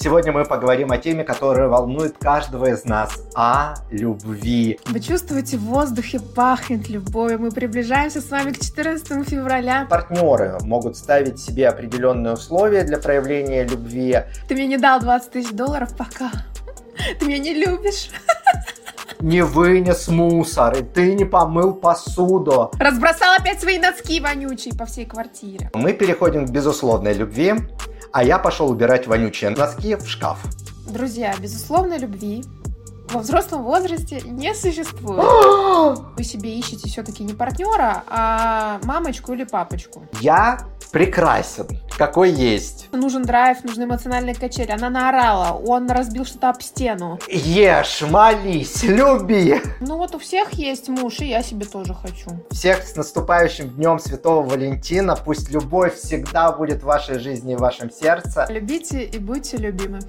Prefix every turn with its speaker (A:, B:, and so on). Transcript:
A: Сегодня мы поговорим о теме, которая волнует каждого из нас, о любви.
B: Вы чувствуете, в воздухе пахнет любовью. Мы приближаемся с вами к 14 февраля.
A: Партнеры могут ставить себе определенные условия для проявления любви.
B: Ты мне не дал 20 тысяч долларов пока. Ты меня не любишь.
A: Не вынес мусор, и ты не помыл посуду.
B: Разбросал опять свои носки вонючие по всей квартире.
A: Мы переходим к безусловной любви, а я пошел убирать вонючие носки в шкаф.
B: Друзья, безусловно, любви во взрослом возрасте не существует. Вы себе ищете все-таки не партнера, а мамочку или папочку.
A: Я прекрасен, какой есть.
B: Нужен драйв, нужны эмоциональные качели. Она наорала, он разбил что-то об стену.
A: Ешь, молись, люби.
B: Ну вот у всех есть муж, и я себе тоже хочу.
A: Всех с наступающим днем Святого Валентина. Пусть любовь всегда будет в вашей жизни и в вашем сердце.
B: Любите и будьте любимы.